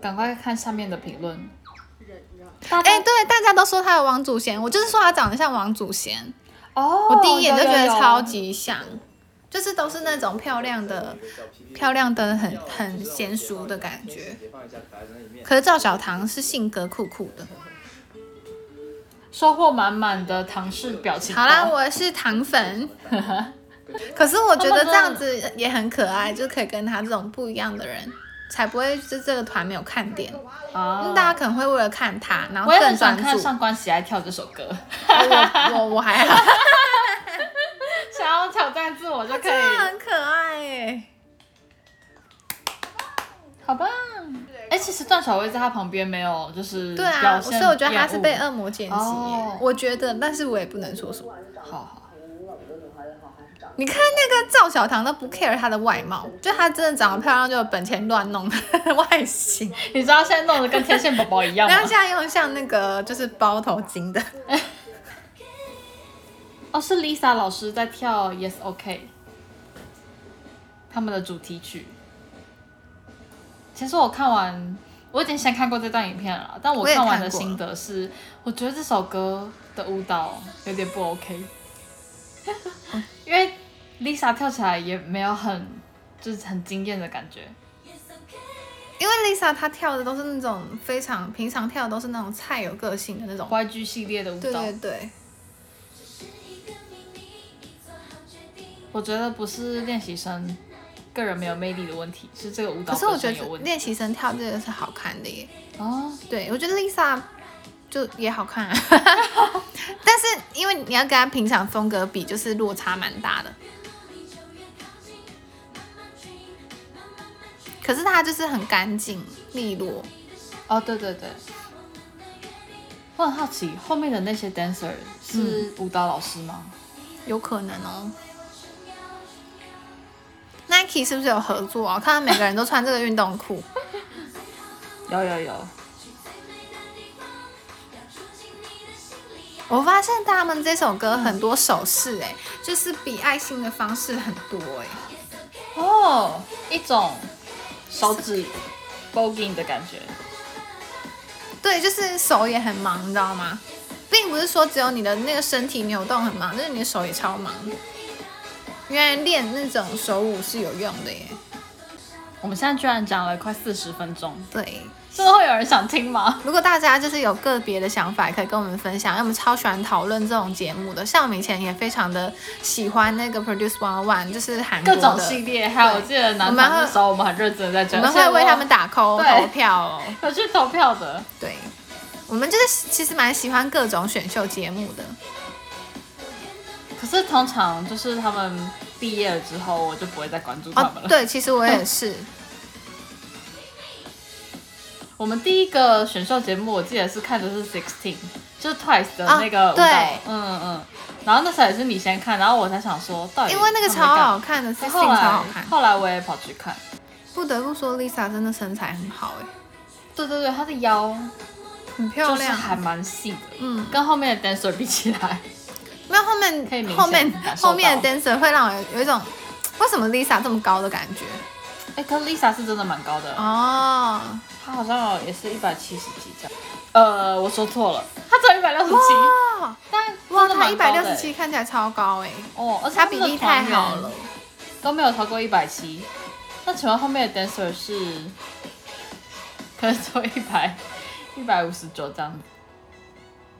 C: 赶快看下面的评论。大家
A: 哎、对，大家都说他有王祖贤，我就是说他长得像王祖贤，
C: 哦，
A: 我第一眼就觉得
C: 有有有
A: 超级像，就是都是那种漂亮的、漂亮的很很娴熟的感觉。可是赵小棠是性格酷酷的。
C: 收获满满的唐氏表情包。
A: 好啦，我是糖 粉。可是我觉得这样子也很可爱，就可以跟他这种不一样的人，才不会就这个团没有看点。
C: 啊，
A: 大家可能会为了看他，然后
C: 我也
A: 更
C: 很想
A: 专
C: 看
A: 注。
C: 上官喜爱跳这首歌，
A: 我我我 还好，
C: 想要挑战自我就可
A: 真的
C: 以。
A: 很可爱哎。
C: 好棒！哎、其实段小薇在他旁边没有，就是
A: 对啊，
C: 表
A: 所
C: 现
A: 以我觉得他是被
C: 厌恶
A: 恶魔剪辑耶、
C: 哦
A: 我觉得，但是我也不能说什么。
C: 好好
A: 你看那个赵小棠都不 care 她的外貌，就她真的长得漂亮，就有本钱乱弄 外形。
C: 你知道现在弄得跟天线宝宝一样
A: 然
C: 吗
A: 后？现在又像 那个就是包头巾的，
C: 哦，是 Lisa 老师在跳 Yes OK，他们的主题曲。其实我看完，我已经先看过这段影片了，但我
A: 我也
C: 看完
A: 看
C: 的
A: 过
C: 心得是，我觉得这首歌的舞蹈有点 不 OK，因为 Lisa 跳起来也没有很就是很惊艳的感觉。
A: 因为 Lisa 她跳的都是那种非常平常跳的都是那种菜有个性的那种。
C: YG 系列的舞
A: 对
C: 蹈，
A: 对对，
C: 我觉得不是练习生个人没有魅力的问题，是这个舞蹈
A: 可是我
C: 本
A: 觉
C: 身有
A: 得
C: 问题。
A: 练习生跳这个是好看的耶。
C: 哦，
A: 对，我觉得 Lisa 就也好看、啊， 但是因为你要跟她平常风格比，就是落差蛮大的。可是她就是很干净利落，
C: 哦，对对对。我很好奇，后面的那些 dancer
A: 嗯
C: 是舞蹈老师吗？
A: 有可能哦。Nike 是不是有合作啊？我看他每个人都穿这个运动裤，
C: 有有有，
A: 我发现他们这首歌很多手势，哎，就是比爱心的方式很多，哎，
C: 哦，一种手指 boging 的感觉。
A: 对，就是手也很忙，你知道吗？并不是说只有你的那个身体扭动很忙，就是你的手也超忙。原来练那种手舞是有用的耶。
C: 我们现在居然讲了快四十分钟，
A: 对，
C: 真的会有人想听吗？
A: 如果大家就是有个别的想法，也可以跟我们分享，因为我们超喜欢讨论这种节目的。像我们以前也非常的喜欢那个 Produce One One，就是韩国
C: 各
A: 的，
C: 种系列，还有我记得南
A: 我们
C: 团
A: 还
C: 那时候我们很认真的在
A: 我
C: 讲，
A: 们会为他们打 call
C: 对
A: 投票哦。
C: 有去投票的。
A: 对，我们就是其实蛮喜欢各种选秀节目的。
C: 可是通常就是他们毕业了之后，我就不会再关注他
A: 哦
C: 们了。，
A: 对，其实我也是。
C: 我们第一个选秀节目，我记得是看的是 Sixteen，就是 Twice 的那个
A: 啊
C: 舞蹈，
A: 对
C: 嗯嗯。然后那时候也是你先看，然后我才想说，到底
A: 因为那个
C: 他
A: 超
C: 们在干嘛
A: 好看的，是性
C: 后
A: 超
C: 来
A: 好看。
C: 后来我也跑去看，
A: 不不得不说，Lisa 真的身材很好哎、
C: 对对对，她的腰
A: 很漂
C: 就是
A: 亮。
C: 还蛮细的，
A: 嗯，
C: 跟后面的 dancer 比起来，
A: 没有后
C: 可以
A: 面
C: 明显
A: 后面
C: 感受到
A: 后面的 dancer 会让我有有一种为什么 Lisa 这么高的感觉
C: 哎，可 Lisa 是真的蛮高的，
A: 哦，
C: 她好像也是一百七十几这样。呃，我说错了，她只有一百六十七，
A: 哇
C: 但
A: 哦哇，
C: 真的
A: 她
C: 蛮
A: 一
C: 高
A: 百
C: 的
A: 六十七看起来超高哎、
C: 哦，而且
A: 她
C: 们
A: 比
C: 的
A: 例太
C: 团员
A: 好了，
C: 都没有超过一百七。那请问后面的 dancer 是，可能只有一百一百五十九这样子。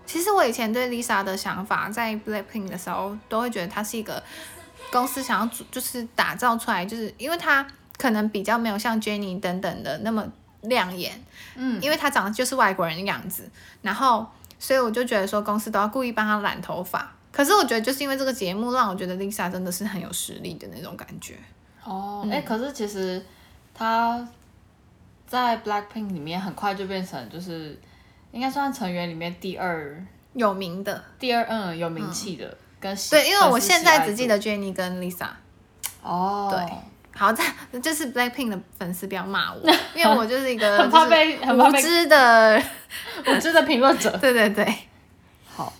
A: 其实我以前对 Lisa 的想法，在 Blackpink 的时候，都会觉得她是一个公司想要组，就是打造出来，就是因为她可能比较没有像 Jennie 等等的那么亮眼，
C: 嗯，
A: 因为她长得就是外国人的样子，然后所以我就觉得说公司都要故意帮她染头发。可是我觉得就是因为这个节目，让我觉得 Lisa 真的是很有实力的那种感觉。
C: 哦，
A: 嗯
C: 哎、可是其实他在 Blackpink 里面很快就变成就是应该算成员里面第二
A: 有名的，
C: 第二嗯有名气的、跟喜
A: 对，因为我
C: 粉丝
A: 现在
C: 爱
A: 只记
C: 度
A: 得 Jennie 跟 Lisa。
C: 哦，
A: 对好，这就是 Blackpink 的粉丝不要骂 我，因为我就是一个
C: 很怕被
A: 就是
C: 很怕
A: 无
C: 被
A: 知的，
C: 我知道评论者
A: 对对对，
C: 好。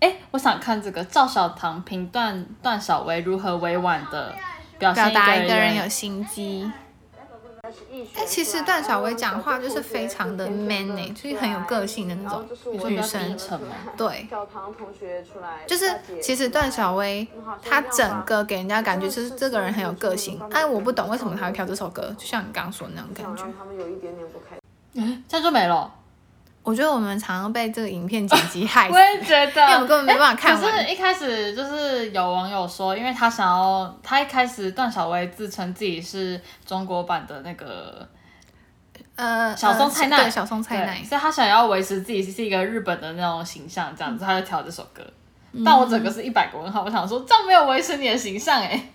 C: 哎、我想看这个赵小棠评断段小薇如何委婉的表现
A: 表达
C: 一
A: 一
C: 个
A: 个人
C: 有
A: 有心机。
D: 哎，其实段小薇讲话就是非常的 man 呢、就是很有个性的那种女
C: 比
A: 较
D: 生
A: 低。
C: 沉嘛
A: 对，
D: 小唐同学出来，
A: 就
D: 就是是
A: 其
D: 其
A: 实
D: 实
A: 段
D: 段小
A: 小薇她整个给人家感觉就是这个人很有个性，但我不懂为什么她会挑这首歌，就像你刚刚说的那种感觉。
D: 他们有一点点不开心。
C: 这样就没了。
A: 我觉得我们常常被这个影片剪 辑害
C: 我
A: 死，
C: 也觉得，
A: 因为我们根本没办法看
C: 可
A: 完
C: 是，一开始就是有网友说，因为他想要，他一开始段小薇自称自己是中国版的那个
A: 呃，
C: 小松菜奈，
A: 对小松菜奈
C: 对，所以他想要维持自己是一个日本的那种形象，这样子，他就挑这首歌。但我整个是一百个问号，我想说这样没有维持你的形象哎、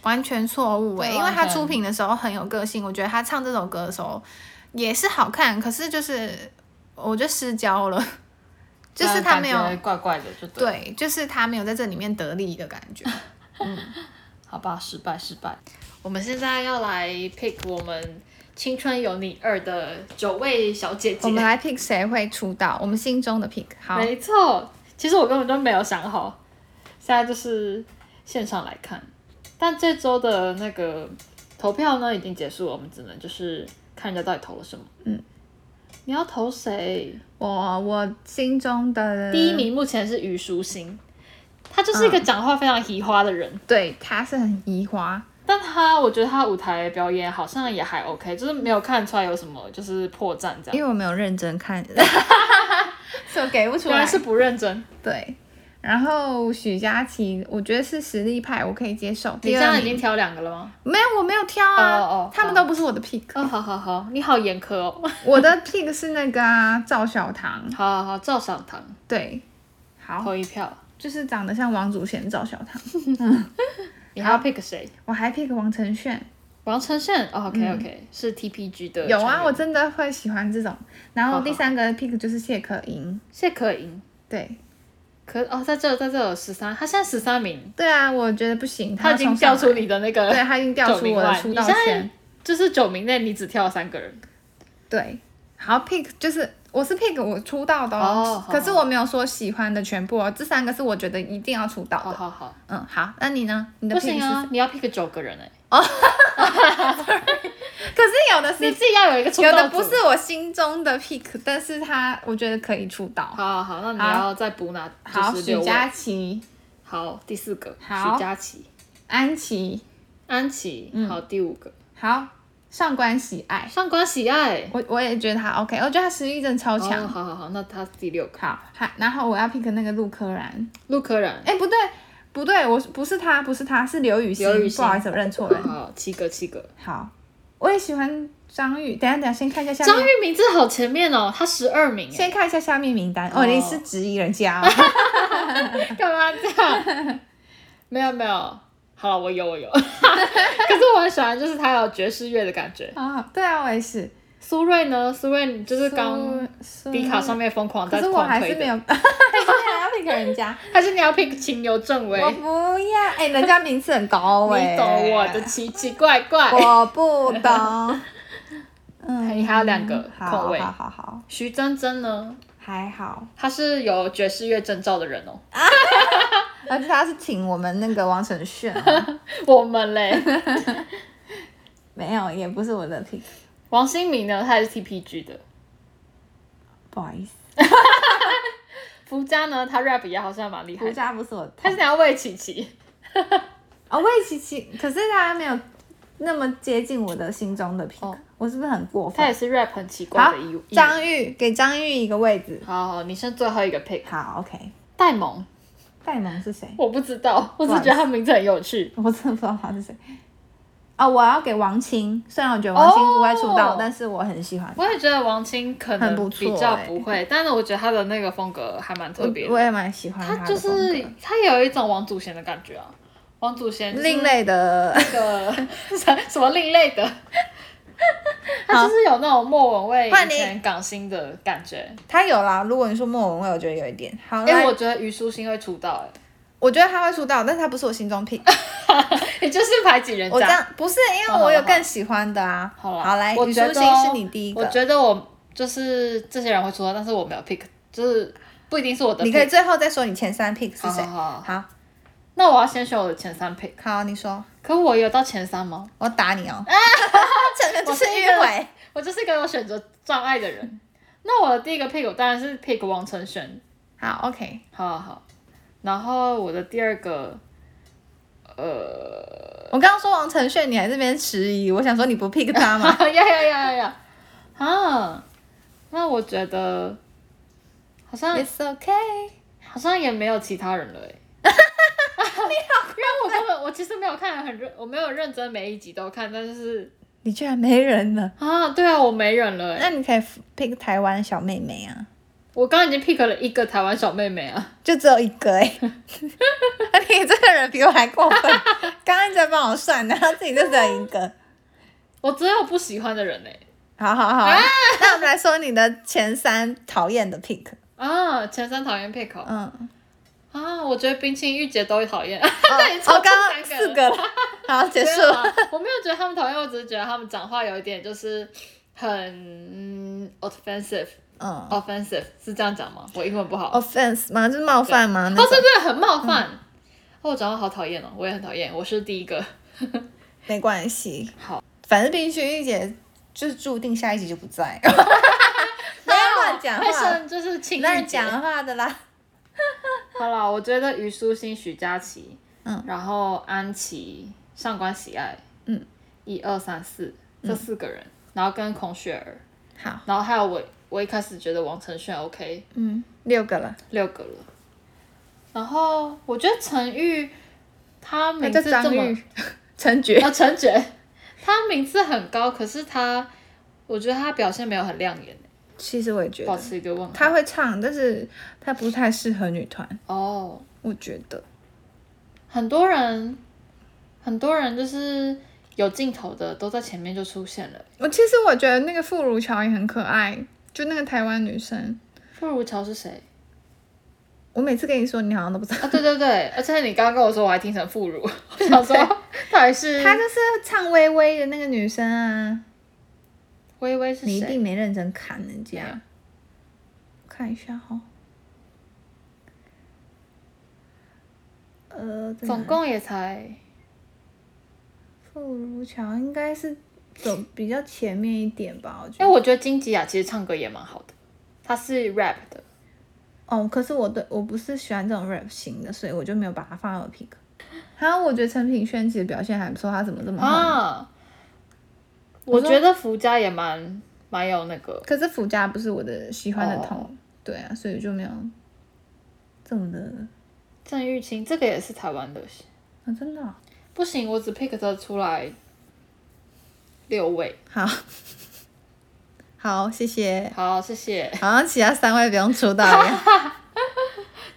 A: 完全错误哎、
C: 对
A: 因为他
C: 完全
A: 出品的时候很有个性，我觉得他唱这首歌的时候也是好看，可是就是我觉得失焦了， 就是他没
C: 感
A: 有
C: 觉怪怪的，就对了，
A: 对，就是他没有在这里面得利的感 觉。
C: 好吧，失败失败。我们现在要来 pick 我们《青春有你二》的九位小姐姐，
A: 我们来 pick 谁会出道，我们心中的 pick。好，
C: 没错，其实我根本就没有想好，现在就是现场来看。但这周的那个投票呢已经结束了，我们只能就是看人家到底投了什么。
A: 嗯，
C: 你要投谁？
A: 我我心中的
C: 第一，名目前是虞书欣，她就是一个讲话非常移花的人，
A: 对，他是很移花，
C: 但她我觉得她舞台表演好像也还 OK，就是没有看出来有什么就是破绽这样。
A: 因为我没有认真看， 所以我给不出
C: 原来
A: 来。
C: 是不认真，
A: 对，然后许佳琪，我觉得是实力派，我可以接受。
C: 你
A: 第
C: 这
A: 二
C: 样已
A: 名
C: 经挑两个了吗？
A: 没有，我没有挑啊，
C: 哦哦
A: 他们都不是我的 pick，、
C: 哦，好好好，你好严苛哦。
A: 我的 pick 是那个啊赵小棠，
C: 好好好，赵小棠
A: 对，好，
C: 投一票。
A: 就是长得像王祖贤赵小棠，
C: 你还要
A: 啊
C: pick 谁？
A: 我还 pick 王承炫，
C: 王承炫、哦、，OK OK，、是 TPG 的
A: 嗯
C: 成员。
A: 有啊，我真的会喜欢这种。然
C: 好
A: 后
C: 好
A: 第三个 pick 就是谢可寅，
C: 谢可寅，
A: 对，
C: 可哦，在这在这有十三，他现在十三名，
A: 对啊，我觉得不行，
C: 他已经
A: 冲上
C: 调
A: 来
C: 出，你的那个，
A: 对他已经调出我的出道
C: 你现在
A: 圈，
C: 就是九名内你只挑了三个人，
A: 对，好 pick 就是。我是 pick 我出道的
C: 哦
A: 哦
C: 好
A: 可是我没有说喜欢的全部哦，这三个是我觉得一定要出道的。
C: 哦好好好，
A: 嗯，好，那你呢？你的
C: 不
A: pick 是
C: 行
A: 什
C: 啊
A: 么，
C: 你要 pick 九个人哎、
A: 可是有的是
C: 你自己要有一个出道
A: 有
C: 组
A: 的不是，我心中的 pick，但是他我觉得可以出道。
C: 好好好，那你
A: 好
C: 要再补哪？
A: 好，
C: 就是
A: 许
C: 六位
A: 佳琪、
C: 好，第四个，
A: 好嗯
C: 许佳琪，
A: 安琪，
C: 安琪，好，第五个，
A: 好，上官喜爱，
C: 上官喜爱，
A: 我我也觉得他 OK，我觉得他实力真的超强。
C: 哦，好好好，那他第六个，
A: 好，还然后我要 pick 那个陆柯燃，
C: 陆柯燃，
A: 哎，不对，不对，我不是他，不是他，是刘雨欣，
C: 刘雨欣哦
A: 不好意思，我认错人。
C: 好，七个七个。
A: 好，我也喜欢张宇，等一下等一下，先看一下下
C: 张
A: 面，
C: 玉名字好前面哦，他十二名哎，
A: 先看一下下面名单。哦，
C: 哦
A: 你是质疑人家 哦
C: 干嘛这样？没有没有，好了，我有我有， 可是我很喜欢，就是他有爵士乐的感觉。
A: 啊？对啊，我也是。
C: 苏芮呢？苏芮就是刚
A: 苏苏
C: 迪卡上面疯狂
A: 可
C: 在
A: 是我
C: 狂
A: 还是
C: 推
A: 没
C: 的，
A: 有，还是没有要 pick 人家，
C: 还是你要 pick 秦牛正伟？
A: 我不要。哎、人家名次很高哎、
C: 你懂我的，奇奇怪怪。
A: 我不懂。嗯，
C: 你还有两个
A: 好
C: 空位
A: 好好好，
C: 徐真真呢？
A: 还好，
C: 她是有爵士乐证照的人哦。
A: 而且他是请我们那个王承炫啊，
C: 我们嘞，
A: 没有，也不是我的 pick，
C: 王新民呢？他也是 TPG 的。
A: 不好意思，
C: 福佳呢？他 rap 也好像蛮厉害
A: 胡
C: 的。
A: 家不是我的 pick，
C: 他是你要喂琪琪。
A: 哦，魏琪琪，可是他没有那么接近我的心中的 pick，、
C: 哦
A: 我是不是很过
C: 他也
A: 分？
C: 是 rap 很奇怪
A: 好
C: 的一一，
A: 张玉给张玉一个位置。
C: 好好，你剩最后一个 pick，
A: 好，OK，
C: 戴萌，
A: 戴萌是谁？
C: 我不知道，我只觉得他名字很有趣。
A: 我真的不知道他是谁。哦，我要给王清，虽然我觉得王清不会出道，
C: 哦
A: 但是我很喜欢
C: 我
A: 他。
C: 也觉得王清可
A: 很不
C: 能
A: 错
C: 比较
A: 欸
C: 不哎会，但是我觉得他的那个风格还蛮特别
A: 我
C: 的。
A: 也蛮喜欢
C: 他
A: 的
C: 就
A: 风格
C: 是他有一种王祖贤的感觉啊，王祖贤就是
A: 另类的，
C: 那个什 什么另类 的，他就是有那种莫文蔚
A: 换
C: 以
A: 你
C: 前港星的感觉。
A: 他有啦。如果你说莫文蔚，我觉得有一点好。
C: 哎、
A: 来
C: 我觉得虞书欣会出道、
A: 我觉得他会出道，但是他不是我心中 pick。
C: 哎，你 就是排挤人
A: 我这
C: 家。
A: 样不是因
C: 好
A: 为
C: 好
A: 我有
C: 好
A: 更喜欢的啊。
C: 好了，
A: 好来，
C: 我
A: 虞书
C: 觉得
A: 欣
C: 哦
A: 是你第一
C: 我
A: 个，
C: 觉得我就是这些人会出道，但是我没有 pick，就是不一定是我的 pick。
A: 你可以最后再说你前三 pick 是
C: 好
A: 谁。
C: 好好好
A: 好，
C: 那我要先选我的前三 pick，
A: 好，你说，
C: 可我有到前三吗？
A: 我打你 哦。整个就是
C: 啊我是一
A: 迂
C: 个
A: 回。
C: 我就是一个有选择障碍的人。 那我的第一个 pick 我当然是 pick 王承轩，
A: 好，OK。
C: 好好好。然后我的第二个，
A: 我刚刚说王承炫，你还这边迟疑，我想说你不 pick 他吗？
C: 呀呀呀呀呀，啊，那我觉得好像
A: It's okay。
C: 好像也没有其他人 了哎、欸。因为我根本我其实没有看很认，我没有认真每一集都看，但是
A: 你居然没人 了，
C: 啊，对啊，我没人了、欸。
A: 那你可以 pick 台湾小妹妹啊，
C: 我刚刚已经 pick 了一个台湾小妹妹啊，
A: 就只有一个哎、欸。 你这个人比我还过分，刚刚一直在帮我算，然后自己就只有一个。
C: 我只有不喜欢的人哎、
A: 好好好，那我们来说你的前三讨厌的 pick。
C: 啊，前三讨厌 pick 哦
A: 嗯，
C: 啊，我觉得冰清玉洁都讨厌，
A: 哦
C: 那你
A: 哦
C: 超
A: 刚刚
C: 出三
A: 四
C: 了
A: 个 了，好结束
C: 没。有啊 我没有觉得他们讨厌，我只是觉得他们讲话有一点就是很嗯 offensive，offensive、
A: 嗯
C: offensive 是这样讲吗？我英文不好。哦
A: ，offense 吗？就是冒犯吗？哦那
C: 哦，
A: 种
C: 对
A: 嗯
C: 对，很冒犯。哦，我讲话好讨厌哦，我也很讨厌，我是第 一个。
A: 没关系。
C: 好，
A: 反正冰雪玉姐就是注定下一集就不 在。 没
C: 没有
A: 有乱讲
C: 会
A: 话，
C: 生就是情
A: 啊那
C: 侣
A: 是讲。啊话的啦。
C: 好了，我觉得虞书欣、许佳琪，
A: 嗯，
C: 然后安琪、上官喜爱，
A: 嗯，
C: 一二三四这四个人，然后跟孔雪儿，
A: 好，
C: 然后还有我，我一开始觉得王承炫 OK，
A: 嗯，六个了，
C: 六个了。然后我觉得陈玉，
A: 那
C: 他名
A: 叫
C: 字这
A: 张
C: 么
A: 玉、陈珏。
C: 啊， 陈珏， 他名次很高，可是他，我觉得他表现没有很亮眼，
A: 其实我也觉
C: 保
A: 得
C: 持一个问号。
A: 她会唱，但是她不太适合女团，
C: 哦，
A: 我觉得。
C: 很多人，很多人就是有镜头的都在前面就出现了。
A: 我其实我觉得那个傅如乔也很可爱，就那个台湾女生。
C: 傅如乔是谁
A: 我每次跟你说，你好像都不知道
C: 啊？。对对对，而且你刚刚跟我说，我还听成傅如， 我想说到底是
A: 她就是唱微微的那个女生啊，
C: 微微是
A: 你一
C: 谁啊
A: 定？没认真看人
C: 没有
A: 家。看一下哈、呃，在哪
C: 总共也才
A: 傅如乔应该是走比较前面一点吧，我觉
C: 哎、
A: 得。
C: 我觉得金吉雅其实唱歌也蛮好的，她是 rap 的。
A: 哦，可是我对我不是喜欢这种 rap 型的，所以我就没有把它放到我 pick。还有，我觉得陈品轩其实表现还不错，他怎么这么好？
C: 啊，我
A: 说
C: 觉得福佳也蛮蛮有那个，
A: 可是福佳不是我的喜欢的
C: 哦
A: t 对啊，所以就没有这么的。
C: 郑玉清这个也是台湾的，
A: 啊，真的啊、
C: 不行，我只 pick 得出来六位。
A: 好，好，谢谢。
C: 好，谢谢，
A: 好像其他三位不用出道一样。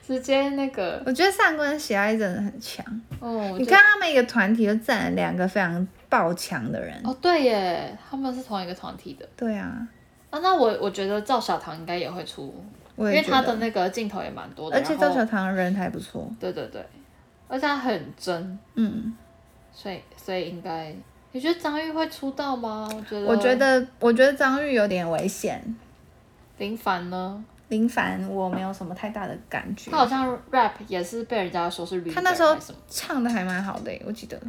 C: 直接那 个，
A: 我觉得上官喜爱真的很强。
C: 哦，
A: 你
C: 就
A: 看他们一个团体就占了两个非常爆强的人。
C: 哦，对耶，他们是同一个团体的
A: 对啊，
C: 啊。那我我觉得赵小棠应该也会出
A: 我
C: 因
A: 也
C: 为
A: 觉
C: 他
A: 得，
C: 的那个镜头也蛮多的，
A: 而且
C: 然
A: 赵
C: 后
A: 小棠人还不错，
C: 对对对，而且他很真，
A: 嗯，
C: 所以所以应该你觉得张玉会出道吗？我觉得
A: 我觉得我觉得张玉有点危险，
C: 林凡呢，
A: 林凡我没有什么太大的感觉
C: 他，好像 rap 也是被人家说是 r e
A: 他那时候
C: 什么，
A: 唱的还蛮好的耶，欸我记得，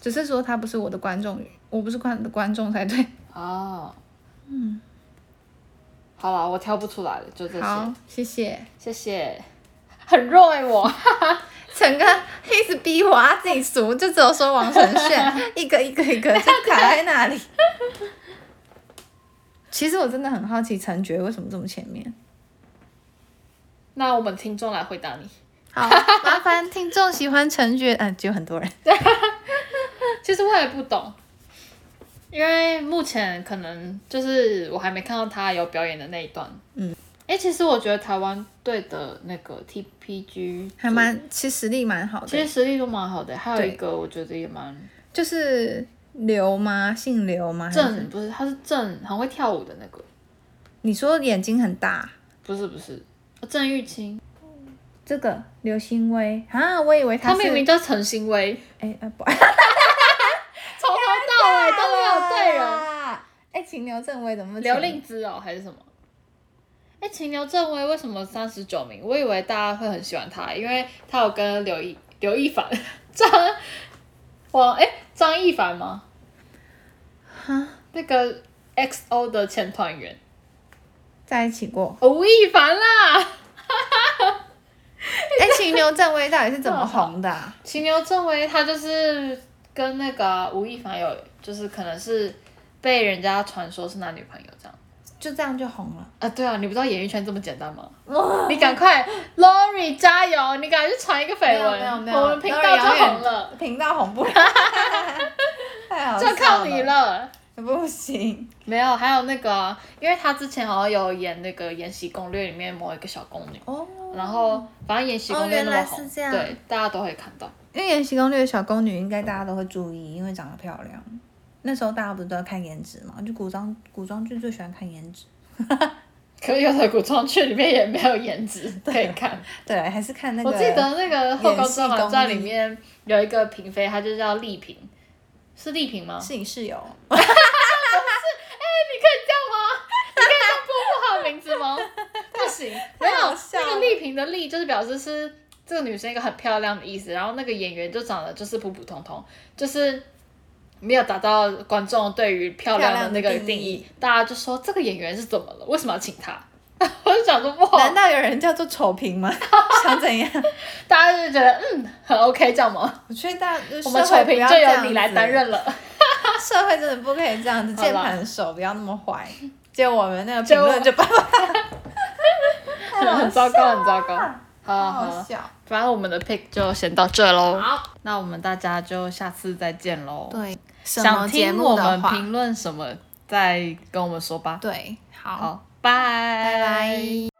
A: 只是说他不是我的观众，我不是观观众才对。
C: 哦，嗯，好了，我挑不出来了，就这
A: 好谢
C: 些，，
A: 谢。
C: 谢谢， 很弱哎、我，
A: 整个一直逼我他自己数，就只有说王晨 炫，一个一个一个就卡在那里。 其实我真的很好奇陈觉为什么这么前面。
C: 那我们听众来回答你，
A: 好，麻烦听众喜欢陈觉，嗯、只有很多人。
C: 其实我也不懂。因为目前可能就是我还没看到他有表演的那一段，嗯，哎、其实我觉得台湾队的那个 TPG
A: 还蛮，其实实力蛮好
C: 其实
A: 的，
C: 实力都蛮好的，还有
A: 对
C: 一个我觉得也蛮
A: 就是刘吗？姓刘吗？还是
C: 正，不是，他是正，很会跳舞的那个，
A: 你说眼睛很大，
C: 不是不是，郑玉清，
A: 这个刘心薇啊，我以为
C: 他
A: 是
C: 明明叫陈欣薇，
A: 哎呃不，
C: 从头到尾都没有对人。
A: 人。哎，秦刘正威怎么
C: 刘令姿哦，还是什么？哎，秦刘正威为什么三十九名？我以为大家会很喜欢他，因为他有跟刘亦刘亦凡、 张王哎张亦凡吗？
A: 哈
C: 那个 XO 的前团员
A: 在一起过？
C: 吴亦凡啦。
A: 哎，秦刘正威到底是怎么红的 啊？
C: 秦牛正威他就是跟那个吴亦凡有，就是可能是被人家传说是男女朋友这样。
A: 就这样就红了？
C: 啊，对啊，你不知道演艺圈这么简单吗？你赶快，Lori 加油！你赶快去传一个绯闻，哎我们频道就红了，，
A: 频道红不了， 太好笑
C: 就
A: 了
C: 靠你，了。
A: 不行。
C: 没有，还有那个啊，因为他之前好像有演那个《延禧攻略》里面某一个小宫女，
A: 哦，
C: 然后反正《延禧攻略》那
A: 哦原
C: 么
A: 来
C: 红，
A: 是这样
C: 对，大家都会看到。
A: 因为《延禧攻略》的小宫女应该大家都会注意，因为长得漂亮。那时候大家不是都在看颜值嘛？就古装古装剧最喜欢看颜值。
C: 可是有的古装剧里面也没有颜值可以看。
A: 对，还是看那个。
C: 我记得那个《后宫甄嬛传》里面有一个嫔妃，她就叫丽嫔，是丽嫔吗？
A: 是你室友。
C: 哦你可以这样吗？ 你可以这样公布她的名字 吗？不行，没
A: 太
C: 有
A: 好笑了
C: 那个丽嫔的丽就是表示是这个女生一个很漂亮的意思，然后那个演员就长得就是普普通通，就是。没有达到观众对于漂亮的那
A: 漂
C: 个
A: 亮的
C: 定
A: 定义
C: 义，大家就说这个演员是怎么了？为什么要请她？ 我就想说，哇
A: 难，道有人叫做丑评 吗？想怎样？
C: 大家就觉得嗯很 OK 这样吗？
A: 我觉得大
C: 我
A: 我
C: 们丑评就由你来担任了。
A: 社会真的不可以这样子，
C: 好啦
A: 键盘手不要那么坏。结果我们那个评论就把
C: 很糟糕，很糟糕。好好
A: 好
C: 好，
A: 笑。
C: 反正我们的 pick 就先到这喽。好，那我们大家就下次再见喽。，
A: 对，什
C: 想
A: 么节
C: 听我
A: 目的
C: 们
A: 话，
C: 评论什么，再跟我们说吧。
A: 对，好，
C: 好，拜
A: 拜拜。